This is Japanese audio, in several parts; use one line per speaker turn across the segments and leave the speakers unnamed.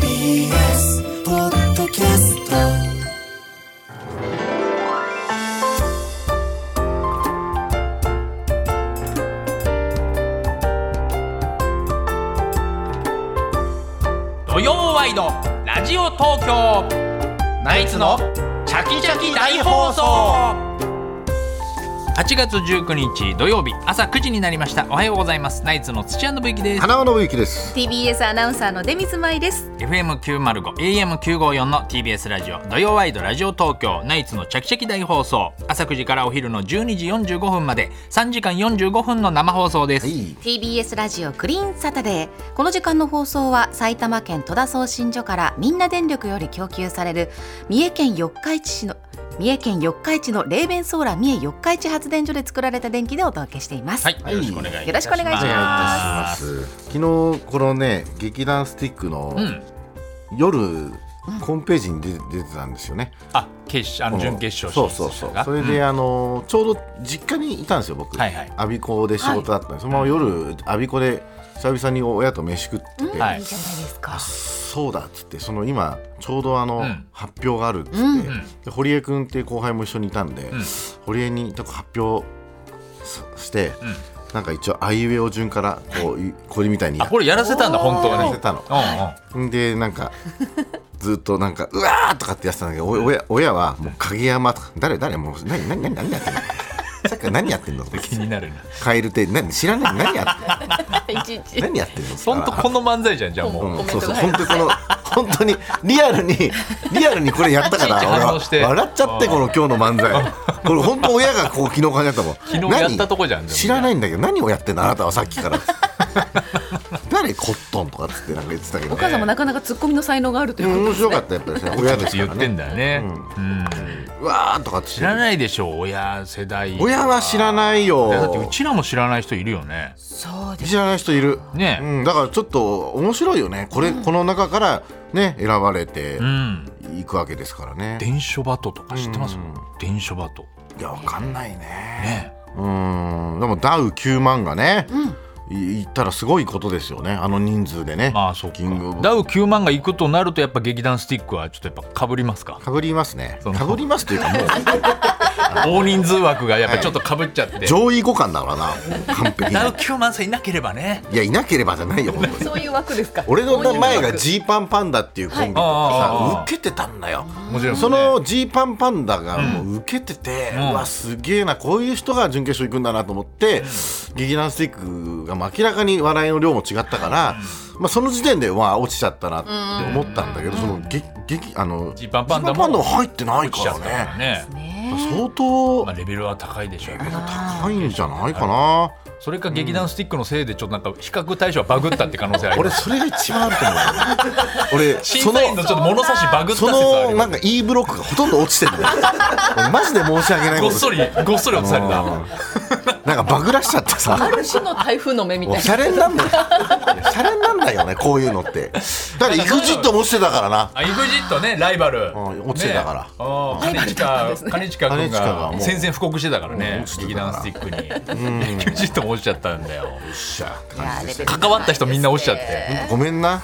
TBS ポッドキャスト
土曜ワイドラジオ東京ナイツのチャキチャキ大放送8月19日土曜日朝9時になりましたおはようございますナイツの土屋信之です
花輪信之です。
TBS アナウンサーの出水舞です
FM905 AM954 の TBS ラジオ土曜ワイドラジオ東京ナイツのチャキチャキ大放送朝9時からお昼の12時45分まで3時間45分の生放送です、
い。
TBS ラジオクリーンサタデーこの時間の放送は埼玉県戸田送信所からみんな電力より供給される三重県四日市市の三重県四日市の冷弁ソーラー三重四日市発電所で作られた電気でお届けしています、
はい、よろしくお願いいたします
よろしくお願いしま
昨日このね劇団スティックの
うん、
夜、ホームページに出出てたんですよね。
あ決勝あの準決勝
そ
進
うそう
出
そ
者
う
が。
それで、あのちょうど実家にいたんですよ僕。
はいはい
アビコで仕事だったんで、そのまま夜アビコで久々に親と飯食ってて、
はい
いいじゃないですか
そうだっつってその今ちょうどあの、
うん
発表があるっつって、
うん
うん
で堀江君っていう後輩も一緒にいたんで、
ん
堀江にとこ発表さして、
ん
なんか一応あいうえお順からこういこれみたいに
あこれやらせたんだ本当
や
は
ら
ね
せたの。
う
でなんかずっとなんか「うわー!」とかってやってたんだけどお親親はもう影山とか「誰誰もう何何何何やってんの?」さっきから何やってんのとか
んうん、気になるな
カエルって何知らない何やって
いちいち
何やってんの
本当この漫才じゃんじゃあもう、
うん
コメ
そ
ン
う
ト
そう
が
本当にこの本当にリアルにリアルにこれやったから
いちい
俺
ち 反応して
は笑っちゃってこの今日の漫才これ本当親がこう昨日感じだったもん
昨日やったとこじゃん
何
でも
知らないんだけど何をやってんのあなたはさっきから誰コットンとかっつってなんか言ってたけど
お母さんもなかなかツッコミの才能があるというう、
ん面白かったやっぱりね親ですか
言
ら
ってん
ね
だよね、うん
うわーとかって
知らないでしょ親世代
親は知らないよ
だってうちらも知らない人いるよね
そうです
知らない人いる
ね
うん、だからちょっと面白いよねこれ、この中からね選ばれて
うん
いくわけですからね、
伝書バトとか知ってます、
うん
伝書バト
いやわかんないね
ね
うんでもダウ9万がね、いいったらすごいことですよねあの人数でね
まあそっか
キングオブ
ダウ9万が行くとなるとやっぱ劇団スティックはちょっとやっぱかぶりますか
かぶりますね
その
かぶりますというかもう
大人数枠がやっぱちょっとかぶっちゃって、
上位互換だからなもう完璧
ダウ
に
9万さんいなければね
いやいなければじゃないよ本当に
そういう枠 ですか
俺の前がジーパンパンダっていうコンビと
はい
さ受けてたんだよ
もちろんね
そのジーパンパンダがもう受けてて、う
うん
わすげえなこういう人が準決勝行くんだなと思って、劇団スティックがまあ明らかに笑いの量も違ったから、まあ、その時点では落ちちゃったなって思ったんだけど、そのげ劇あの
ジーパンパンダも
ジーパンパンダも入ってない
落
か
ちちゃ
ら
った
ね
からね
相当
まあ、レベルは高いでしょうけど
高いんじゃないかな、
それか劇団スティックのせいでちょっとなんか比較対象はバグったって可能性ありま
俺
す。
それが一番あると 思うよ俺
審査員のちょっと物差しバグった説
そ
あ
の
り
な
ま
んか E ブロックがほとんど落ちてるんだよ俺マジで申し訳
す。
ないこ
ごっ
と
そりごっそり落とされた。
なんかバグらしちゃってさ
る種の台風の目み
もうシャレになんだよシャレになんだよねこういうのってだから EXIT も落ちてたからな
あ、イグジットねライバル
うん落ちてたから
ねあー兼近兼近
兼
君
近がも
が
う
宣戦布告してたから
うん
ね
落ちてた
劇団スティックに。 イグジットも落ちちゃったんだよ。関
関
わった人みんな落ちちゃって。
ごめんな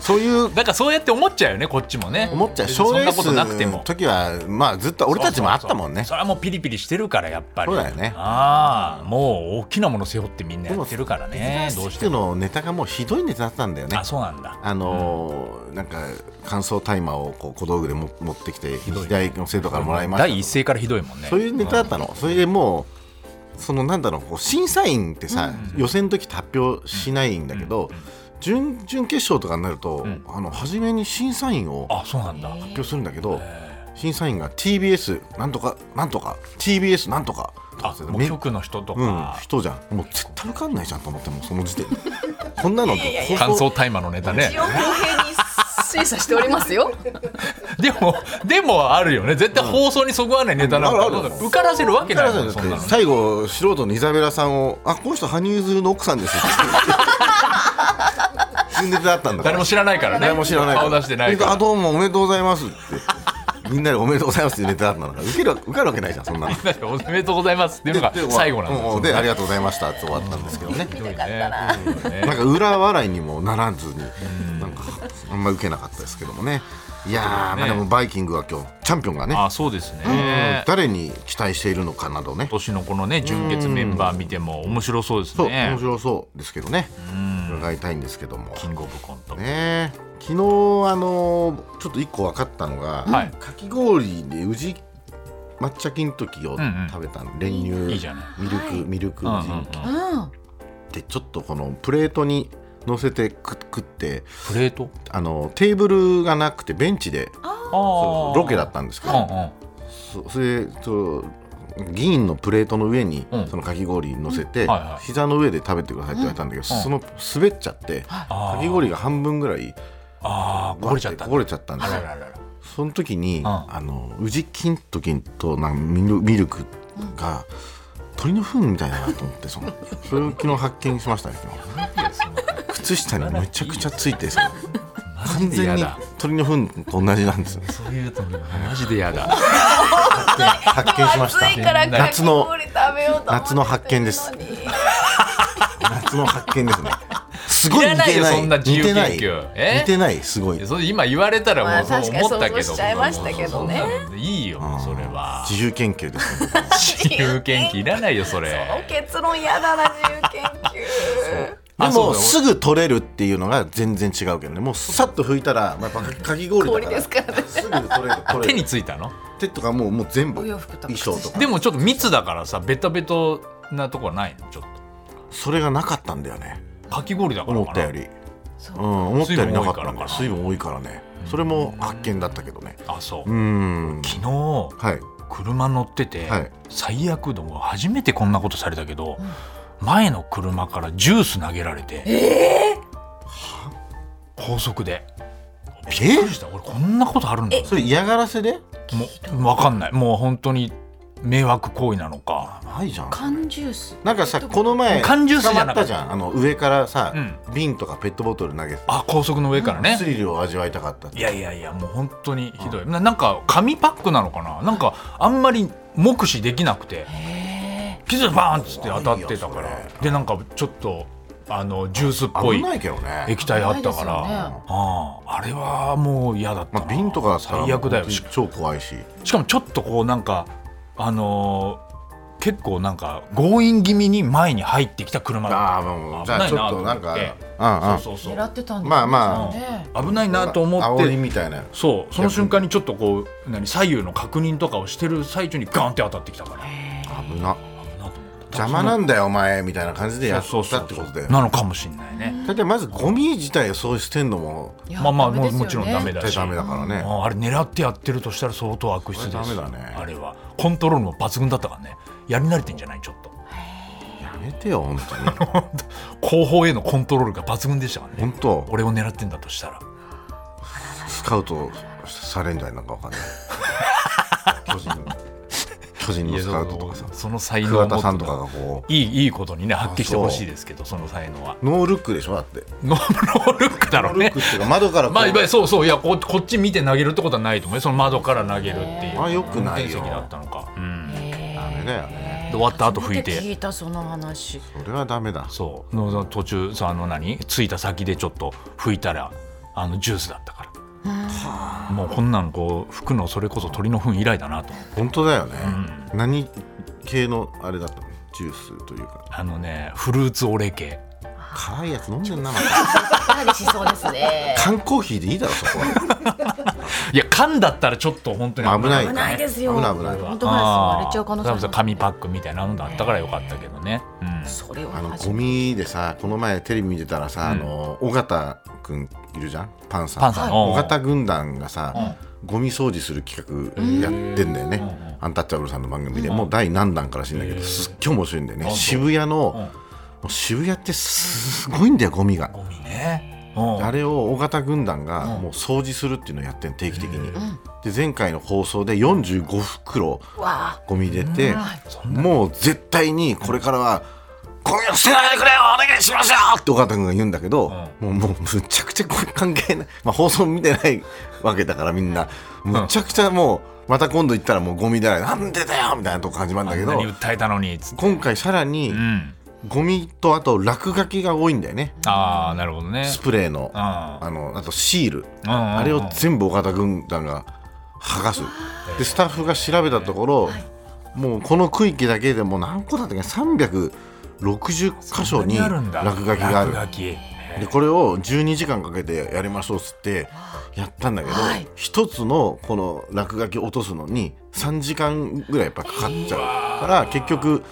そういう
だからそうやって思っちゃうよねこっちもね。
思っちゃう
別に
賞
そん
レ
なことな
ー
く
ス
て
の
も。
時はまあずっと俺たちもあったもんね
それはもうピリピリしてるからやっぱり。
そうだよね
ああもう大きなもの背負ってみんなやってるからね。どうし
ステ
て
ィック
も。
のネタがもうひどいネタだったんだよね
あそうなんだ。
あのーなんか乾燥タイマーをこう小道具でも持ってきて
どいね
左の生徒からもらいました
第一声からひどいもんね。
そういうネタだったの、それでもうそのなんだろうこう審査員ってさ、予選の時って発表しないんだけど、準準決勝とかになると、
ん
あの初めに審査員を
あ、そうなんだ。
発表するんだけど、審査員が TBS なんとかなんとか TBS なんとか
あ、もう
め
局の人と
うん
か、
人じゃんもう絶対受かんないじゃんと思ってもうその時 点でこんなの放
乾
送
燥大麻のネタね
一。応公平に審査しておりますよ
でも、でもあるよね。絶対放送にそぐわないネタなん
うんあ
か
るある
受からせるわけないもん、そんな
だっ
の
て。最後素人のイザベラさんを「あこの人羽生結弦の奥さんです」 って いうネタだったんだから
誰も知らないからね。
誰も知らないから
顔出してないか
あ
ら。
どうもおめでとうございますってみんなでおめでとうございますっていうネタだったのが受けるわ受かるわけないじゃんそんなの
だっておめでとうございますっていうのが最後なんです
う
よ
んうんでありがとうございましたって終わったんですけどね
ひどいねうん
なんか裏笑いにもならずになんかあんま受けなかったですけどもねいやーまあでもバイキングは今日チャンピオンがね
あそうです
うん
ね
誰に期待しているのかなどね
今年のこのね純潔メンバー見ても面白そうです
そう
ね
面白そうですけどね伺いたいんですけども
キングオブコント
ね昨日あのーちょっと一個分かったのが、
はい
かき氷で宇治抹茶金時を
んうん
食べたの、練乳
いいじゃない
ミルク、
はい
ミルク
うんうん
ジンキ
うん
うん
ってちょっとこのプレートに乗せてく食って
プレート
あのテーブルがなくてベンチで
あ
ロケだ
っ
ったんですけ
たうん
ど
うん
そそれと議員のプレートの上に
うん
そのかき氷乗せて、
んはいはい
膝の上で食べてくださいって言われたんだけど、
うん
その滑っちゃって、
あ
か
ー
き氷が半分ぐらい
あーこぼれちゃった
こぼれちゃったんで
あ
すよ
らららら
その時に、
ん
あの宇治金時となんかミルミルクが鳥の糞みたいだなと思っ てそのそれを昨日発見しましたね昨日靴下にめちゃくちゃついてその
マジ
完
で
全
や
に
だ
鳥の糞と同じな んですよ
そういうと マジでやだ
発見しました
いから
夏のか
食べよう
と思ってるのに夏の発見です 夏の発見ですねすごい似
い
て
らないよ
ない
そんな自由
似てない
研究え
似てないすごい
いやそれ今言われたらもう
まあ
そう
確かに
思ったけど、
想像しちゃいましたけどね
そうそうそういいよそれは
自由研究ですね
自由研究いらないよそ れ
結論やだな自由研究
で
あそうだ
も
俺
すぐ取れるっていうのが全然違うけどねもうさっと拭いたら、まあ、やっぱかき氷だ
氷
か
で
ら
すからね
すぐ取れる取れ
手
る
についたの
手とかもうもう全部
お洋服とか
衣装とか
でもちょっと密だからさベタベタなとこはないのちょっ
それがなかったんだよね
とかき氷だから
思っ
か
た
な
より
そううん
思ったよりなかったの水
水
分多いからねそれも発見だったけどね
あそうう
ーん
昨日
はい
車乗ってて、
はい
最悪でも初めてこんなことされたけど、前の車からジュース投げられてえ高速でびっくりした俺こんなことあるんだ
それ嫌がらせで
もうわかんないもう本当に迷惑行為なのか
ないじゃん
缶ジュース
なんかさこの前
缶ジュースじゃ
捕
な
ま
か
っ
った
たじゃんあの上からさ
う
瓶とかペットボトル投げて
あ高速の上からね、
スリルを味わいたかったって
いやいやいやもう本当にひどい、ななんか紙パックなのかななんかあんまり目視できなくてピザバーンっつって当たってたか
怖いよ
ら
そ
でなんかちょっとあのジュースっぽ
危
い
ないけどね
液体あったから、
危ないですよね
あああれはもう嫌だったな
まあ瓶とかだったら
最悪だよし
超怖いし
しかもちょっとこうなんかあのー結構なんか強引気味に前に入ってきた車だっ
ああもうじゃあちょっとなんか
危ないな
うん
た
うん
そうそう
狙
そ
ってたんですよね
まあま
ね
う危ないなと思っ
煽り
て
みたいな
そうその瞬間にちょっとこう何左右の確認とかをしてる最中にガンって当たってきたから
危な
危なと思った
邪魔なんだよお前みたいな感じでやっ
そうそ
た
う
って
そう
ことだよね
なのかもしれないね
だってまずゴミ自体をそう捨てんのも
いや
まあまあ
ダメ
も
で
う
すよ
も
ね
ちろんダメだ
絶
し
対ダメだからね
ああれ狙ってやってるとしたら相当悪質です
これダメだね
あれはコントロールも抜群だったからねやり慣れてんじゃないちょっと
やめてよ本当
後
に
方へのコントロールが抜群でしたからね
本当
俺を狙ってんだとしたら
スカウトされんじゃないなんかわかんない巨人巨人のスカウトとかさ
その才能を持
桑田
って
さんとかがこう
いいいいことにね発揮してほしいですけどその才能は
ノールックでしょだって
ノールックだ
ノ
ろ
ー
う
ルッ
ね
クっていうか窓からこう
まあ、いわゆるそうそういやここっち見て投げるってことはないと思うよその窓から投げるっていう
あよくないよ
運転席だったのか、うん、で
ダメだよね
終わった後拭い
初め聞
て
いたその話
それはダメだ
そうのの途中さあの何着いた先でちょっと拭いたらあのジュースだったから。もうこんなんこう拭くのそれこそ鳥の糞以来だなと思って
本当だよね何系のあれだったのジュースというか
あのねフルーツオレ系
辛いやつ飲んでんなまた
かなりしそうですね
缶コーヒーでいいだろそこはい
や缶だったらちょっと本当に
危ない
危ないですよ
危ない危ない
本当ガラス割れちゃう可能性あ
あ
り
ー
ます
多分紙パックみたいなのだったからよかったけどね、うん、
それを
あの
初
ゴ
めて
ミでさこの前テレビ見てたらさ、あの尾形くんいるじゃんパンさん
パンさんの
尾形軍団がさ、ゴミ掃除する企画やってんだよね、アンタッチャブルさんの番組で、もう第何弾からしいんだけど、すっげえ面白いんだよね、渋谷の、もう渋谷ってすごいんだよゴミが、
ゴミねうん
あれを尾形軍団がもう掃除するっていうのをやってん定期的に、で前回の放送で45袋
わあ
ゴミ出て、
そんな
もう絶対にこれからは声を捨てないでくれよお願いしますよって岡田君が言うんだけど、もうもうむちゃくちゃこれ関係ない、まあ、放送見てないわけだからみんなむちゃくちゃもうまた今度行ったらもうゴミだらなんでだよみたいなとこ始まるんだけど
何訴えたのにつって
今回さらに
うん
ゴミとあと落書きが多いんだよね
ああなるほどね
スプレーの
あ
あのあとシール
あ
あれを全部岡田軍団が剥がすでスタッフが調べたところもうこの区域だけでもう何個だったっけ360箇所に落書きがある
落書きへ
でこれを12時間かけてやりましょうっつってやったんだけど
はい
一、つのこの落書き落とすのに3時間ぐらいやっぱかかっちゃうから結局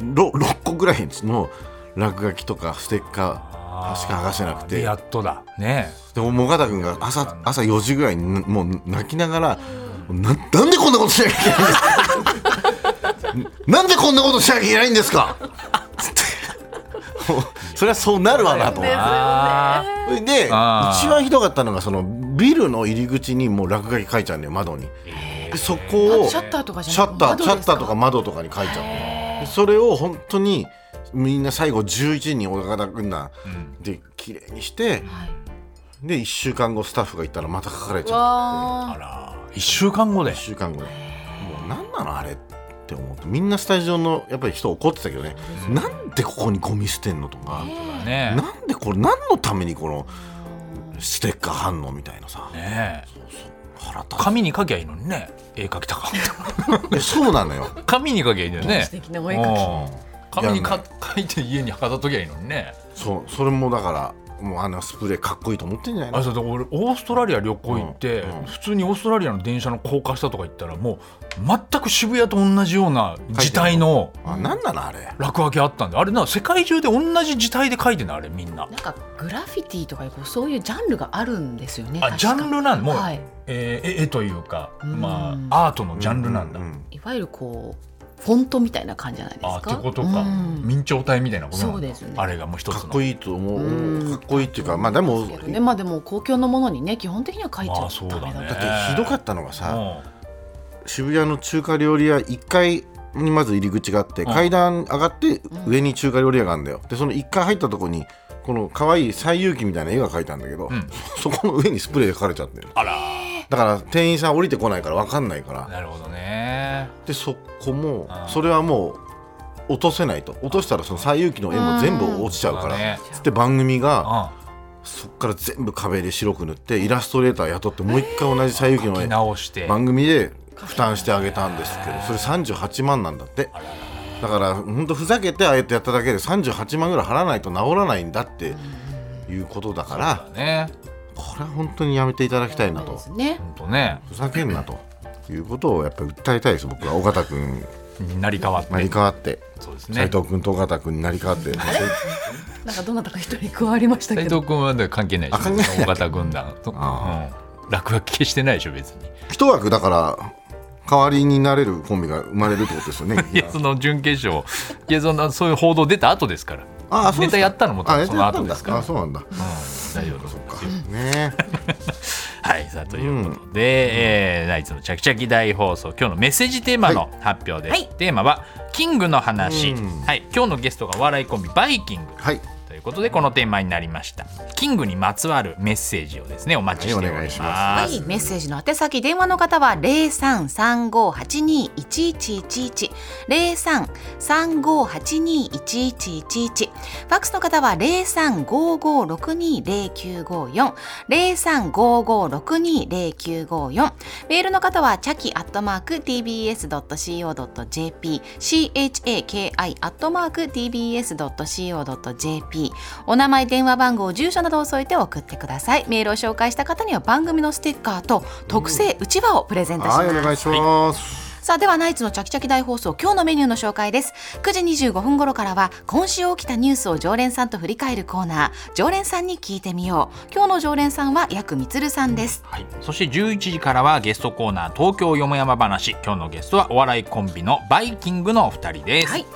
6, 個ぐらいの落書きとかステッカーしか剥がせなく
え
て
やっとだね
でももがたくんが朝朝4時ぐらいにもう泣きながらななんでこんなことしなきゃいけないんですかなんでこんなことしなきゃいけないんですかつってもうそれはそうなるわなと思って。
あ
それで一
あー
番ひどかったのがそのビルの入り口にもう落書き書いちゃうんだよ窓にでそこを
シャッターとかじゃ
シャッ
なくて
ターシャ
窓で
ッ
す
ターとか窓とかに書いちゃうのでそれを本当にみんな最後11人小高田軍団で綺麗にして、で1週間後スタッフが行ったらまた書かれちゃう
わ
あら1週間後で
1週間後でもう何なのあれって思ってみんなスタジオのやっぱり人怒ってたけどね、なんでここにゴミ捨てんのとか、
ね
なんでこれ何のためにこのステッカー反応みたいなさ、
ね
腹立つ
紙に書きゃいいのにね絵描きたかった
えそうなのよ
紙に書きゃいいんだよね
素敵なお絵描き
き紙にか書いて家に飾っときゃいいのにね
そうそれもだからもうあのスプレーかっこいいと思ってんじゃない
あ
の
そうだ俺オーストラリア旅行行って、
うんうん
普通にオーストラリアの電車の高架下とか行ったらもう全く渋谷と同じような字体の
あ何なのあれ
落書きあったんであれな世界中で同じ字体で書いてんのあれみんな
ーなんかグラフィティとかこうそういうジャンルがあるんですよね
あジャンルなんもう、
はい
えー絵絵というか、
うん
まあ、アートのジャンルなんだ、
う
いわゆるこうフォントみたいな感じじゃないです
あ
か
ってことか、
うん
明朝体みたいなことなんだ
そうですね
あれがもう一つ
か
の
っこいいと思う、
うん
かっこいいっていうかまあでも
けどねまあでも公共のものにね基本的には書い
まあ
ち
そ
ゃ
う
ダ
だ
メだと、
ね
だってひどかったのがさ、
うん
渋谷の中華料理屋1階にまず入り口があって、
うん
階段上がって上に中華料理屋があるんだよでその1階入ったとこにこの可愛い西遊記みたいな絵が描いたんだけど、
ん
そこの上にスプレーが描かれちゃってる
あら
だから店員さん降りてこないから分かんないから
なるほどね
でそこも
あー
それはもう落とせないと落としたらその「西遊記」の絵も全部落ちちゃうか
うんそうだ
ら
ね
つって番組が
う
そっから全部壁で白く塗ってイラストレーター雇ってもう一回同じ「西遊記」
ん
の
書き
絵
直して
番組で負担してあげたんですけどそれ38万なんだってだから本当ふざけてああやってやっただけで38万ぐらい払わないと治らないんだっていうことだから
ね
これは本当にやめていただきたいなと
ですね
ほんとね
ふざけんなということをやっぱり訴えたいです僕は尾形君
成り変わって、
成り代わって。
そうです
斉
ね
藤君と尾形君になり変わって、
なんかどなたか一人加わりましたけ
斉
ど
藤君はだから関係ないで
あ
し
関係
ょ大型軍 団と、
あ
うん、落書き消してないでしょ別に
一枠だから代わりになれるコンビが生まれるってことですよね。
いやその準決勝いやそんなそういう報道出た後ですから
ああ
ネタやったのも
あ
その後ですから
あそうなんだ。
大丈夫です
ねえ、
はいさあということで、えーナイツのチャキチャキ大放送今日のメッセージテーマの発表です、
はい
テーマはキングの話、
うん
はい今日のゲストがお笑いコンビバイキング
はい、
ということでこのテーマになりましたキングにまつわるメッセージをですねお待ちしており
はいお願
ま
い
す,、
しま
はい、メッセージの宛先電話の方は零三三五八二一一一一零三三五八二一一一一ファックスの方は零三五五六二零九五四零三五五六二零九五四メールの方はチャキアットマーク tbs ドット co ドット jp c h a k i アットマーク tbs ドット co ドット jp お名前、電話番号、住所などを添えて送ってください。メールを紹介した方には番組のステッカーと特製うちわをプレゼントし
はい、お
ま
願い
す。
します。
さあではナイツのチャキチャキ大放送今日のメニューの紹介です9時25分頃からは今週起きたニュースを常連さんと振り返るコーナー常連さんに聞いてみよう今日の常連さんはやくみつるさんです
はい、そして11時からはゲストコーナー東京よもやま話今日のゲストはお笑いコンビのバイキングのお二人です、
はい、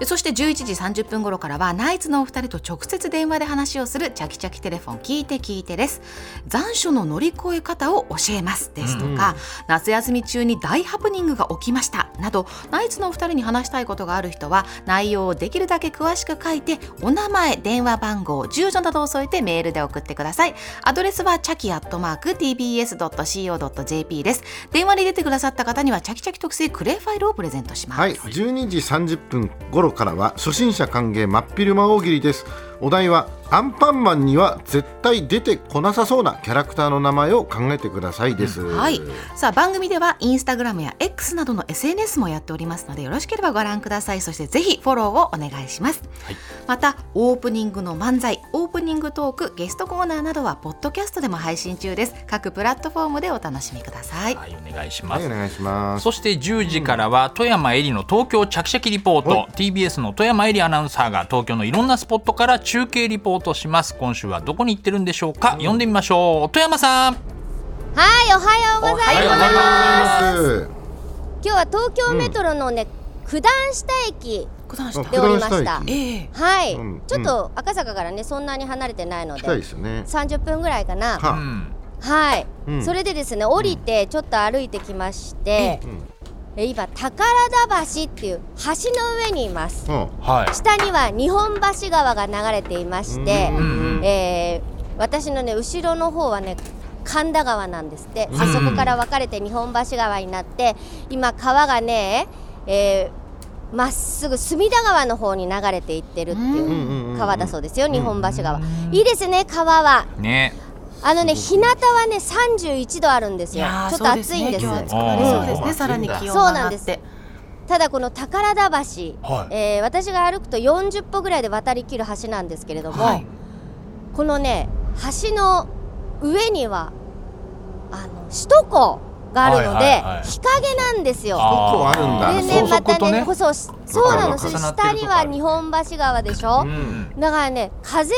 でそして11時30分頃からはナイツのお二人と直接電話で話をするチャキチャキテレフォン聞いて聞いてです残暑の乗り越え方を教えますですとか、夏休み中に大ハプニングが起きましたなどナイツのお二人に話したいことがある人は内容をできるだけ詳しく書いてお名前電話番号住所などを添えてメールで送ってくださいアドレスはチャキアットマーク tbs.co.jp です電話に出てくださった方にはチャキチャキ特製クレーファイルをプレゼントします、
はい、12時30分頃からは初心者歓迎真っ昼間大喜利ですお題はアンパンマンには絶対出てこなさそうなキャラクターの名前を考えてくださいです、
はい、さあ番組ではインスタグラムや X などの SNS もやっておりますのでよろしければご覧くださいそしてぜひフォローをお願いします、またオープニングの漫才オープニングトークゲストコーナーなどはポッドキャストでも配信中です各プラットフォームでお楽しみください
はい、お願いしま
はい、
す
お。願いします
そして10時からは富山えりの東京着席リポー
は
ト TBS の富山えりアナウンサーが東京のいろんなスポットから中継リポートします今週はどこに行ってるんでしょうか呼んでみましょう富山さん
はい、おはようございます。
ありがとうござい
今日は東京メトロのね、九段下駅
ございました
あ
でおりました
九段下。駅
ええ
はい、
うん
ちょっと赤坂からね、そんなに離れてないの
来たいで
で、
すよね
三十分ぐらいかな。
う
は
ん
はい、
うん
それでですね、降りてちょっと歩いてきまして、え今宝田橋っていう橋の上にいます。
あ、
はい
下には日本橋川が流れていまして、
うん
うん
えー私のね後ろの方はね神田川なんですって、
ん
あそこから分かれて日本橋川になって今川がねえーまっすぐ隅田川の方に流れていってるってい
んうんうんう
うんう川だそうですよ、日本橋川、
うん
いいですね川は
ね
あのね日向はね31度あるんです
い
よ
やー
ちょっと暑いんです
そうですね今日は
うん
暑く
う
なりそうですね
ん
さらに気温
そう
が上
な
が
ん
っ
です
て
ただこの宝田橋、
はい
えー私が歩くと40歩ぐらいで渡りきる橋なんですけれども、
はい
このね橋の上にはあの首都高があるので、
はいはいはい
日陰なんですよ。
構あ
で
るんだ
ね
そうそうい
また
うこと
ね
ね
こそうそうなの
重
そ
なってるとこ
下には日本橋川でしょ、
うん
だからね風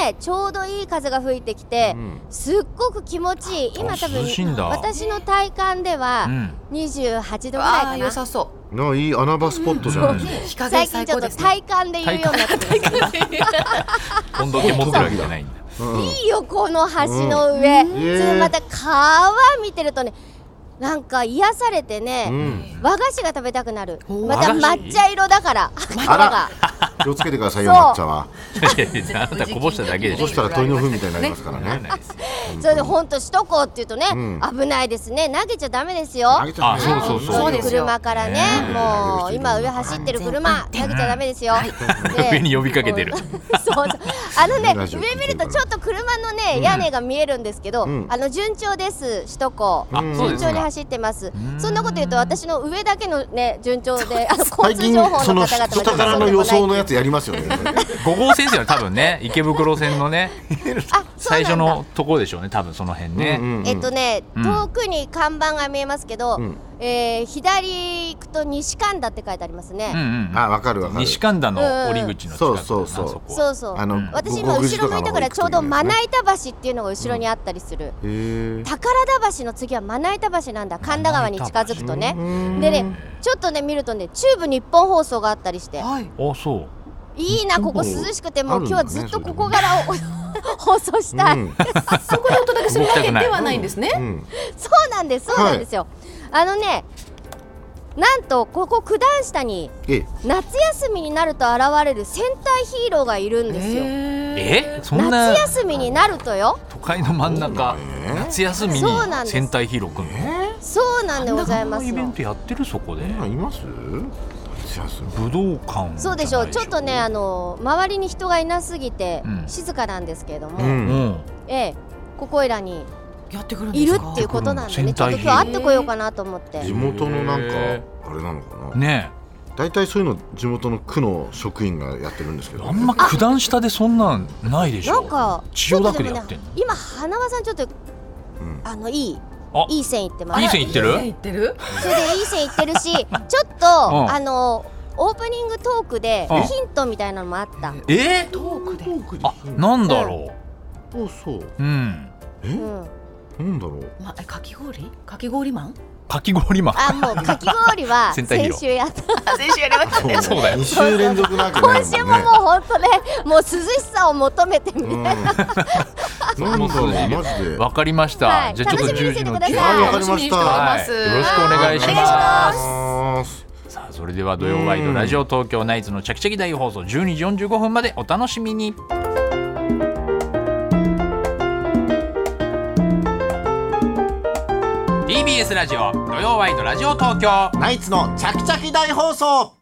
がねちょうどいい風が吹いてきて、
うん
すっごく気持ちいい今多分
涼しいんだ
私の体感では
うん
28度ぐらい
ああ
か
ー良
な、
さそ
なあいい穴場スポットじゃないですか、
う日陰
最近
最
ちょ
高で
っと
すね
体感で言うようになってきた
温度計持ってるわけじゃないんだ
うん
いいよこの橋の上、
んへえ
それでまた川見てるとねなんか癒されてね、
うん
和菓子が食べたくなる
おー
また
和菓子
抹茶色だから
あ
頭
ら
が
気をつけてくださいよ抹茶は
いやいやあなたこぼしただけでし
そ
ょ
したら鳥の糞みたいになりますから
なら
ね
ないですよ
それで本当首都高っていうとね、
うん
危ないですね投げちゃダメですよ
投げちゃダメだよ
あそうそう
そうですよ
車からね
ねえ
も
投
う
げる人いる
今上走ってる車
安
投げちゃダメですよ、で
上に呼びかけてる
そう そうあのね
ラジオ聞いてる
上見るとちょっと車のね屋根が見えるんですけど、
うん
あの順調です首都高
あそうで
順
す
調に
か
走ってます
ん
そんなこと言うと私の上だけのね順調であの交
最
通
近
情報
そ
の
の
方々が
下からの予想のやつやりますよね
5号線ですよね多分ね池袋線のね
あそう
最
な
初
んだ
のところでしょうね多分その辺ね、
うんうん
えっとね、
うん
遠くに看板が見えますけど、
うん
えー左行くと西神田って書いてありま
う
す
んう
ね、
ん
あわかるわかる
西神田の折り口の近くだな
そうそうそう
こは
そうそう
あの
うん
私今後ろ向いたからちょうどまな板橋っていうのが後ろにあったりする、
へー
宝田橋の次はまな板橋なんだ神田川に近づくとね
うん
でねちょっとね見るとね中部日本放送があったりして
はい
あそう
いいなここ涼しくてもう今日はずっとここからお 放送したい、
うん
そこでお届けするわけではないんですね
うん
そうなんですそうなんですよ、あのねなんとここ九段下に
え
夏休みになると現れる戦隊ヒーローがいるんですよ、
えそんな
夏休みになるとよ
都会の真ん中
え
夏休みに
そうなんです
戦隊ヒーローくんの
そうなんでございま
この
す
イベン
よ
トやってるそこで
今います夏休み
武道館
そうでしょう
じ
ち
ゃ
ょ
な
っ
い
とねあの周りに人がいなすぎて
うん
静かなんですけれど
う
も、
ん
うん
ええここいらに
やってくるんで
い
す
る
か
っていうことなんで
うん
ねちょっ
戦
と今
隊ヒーロー
日会ってこようかなと思って
地元のなんか
へ
あれなのかな
ね
大体そういうの地元の区の職員がやってるんですけ
え
ど
あんま九段下でそんなんないでし
な
ょ
んか
千代田区でやっ
ち
て
ょ
ん
っ
の
とでもね今花輪さんちょっと
うん
あのいい
あ
いい線いってます
いい線いってる
行ってる
それでいい線いってる しちょっと、
ん
あのオープニングトークで
うん
ヒントみたいなのもあった、
え
トークで
あなんだろ
そうそう
ううん
うん
なんだろう
まあ、えかき氷かき氷マン
かき氷マン
あもうかき氷は
戦隊ヒー
先
ロー
週やった
先週やりましたね
そう
そうだよ
2週連続なわけないもん
今
ね
週ももう本当ねもう涼しさを求めてみ た
う
いな、
んなんだろうマジで
わかりました、
はい
じゃあちょっと
楽し
10
みにし
時
てて
の
ください
はいわか
楽
り
しみ
ま
にし
して
お
た
ります、
はいよろしくお願いします
す
さあそれでは土曜ワイドラジオ東京ナイツのチャキチャキ大放送12時45分までお楽しみに「TBS ラジオ土曜ワイドラジオ東京」
ナイツのチャキチャキ大放送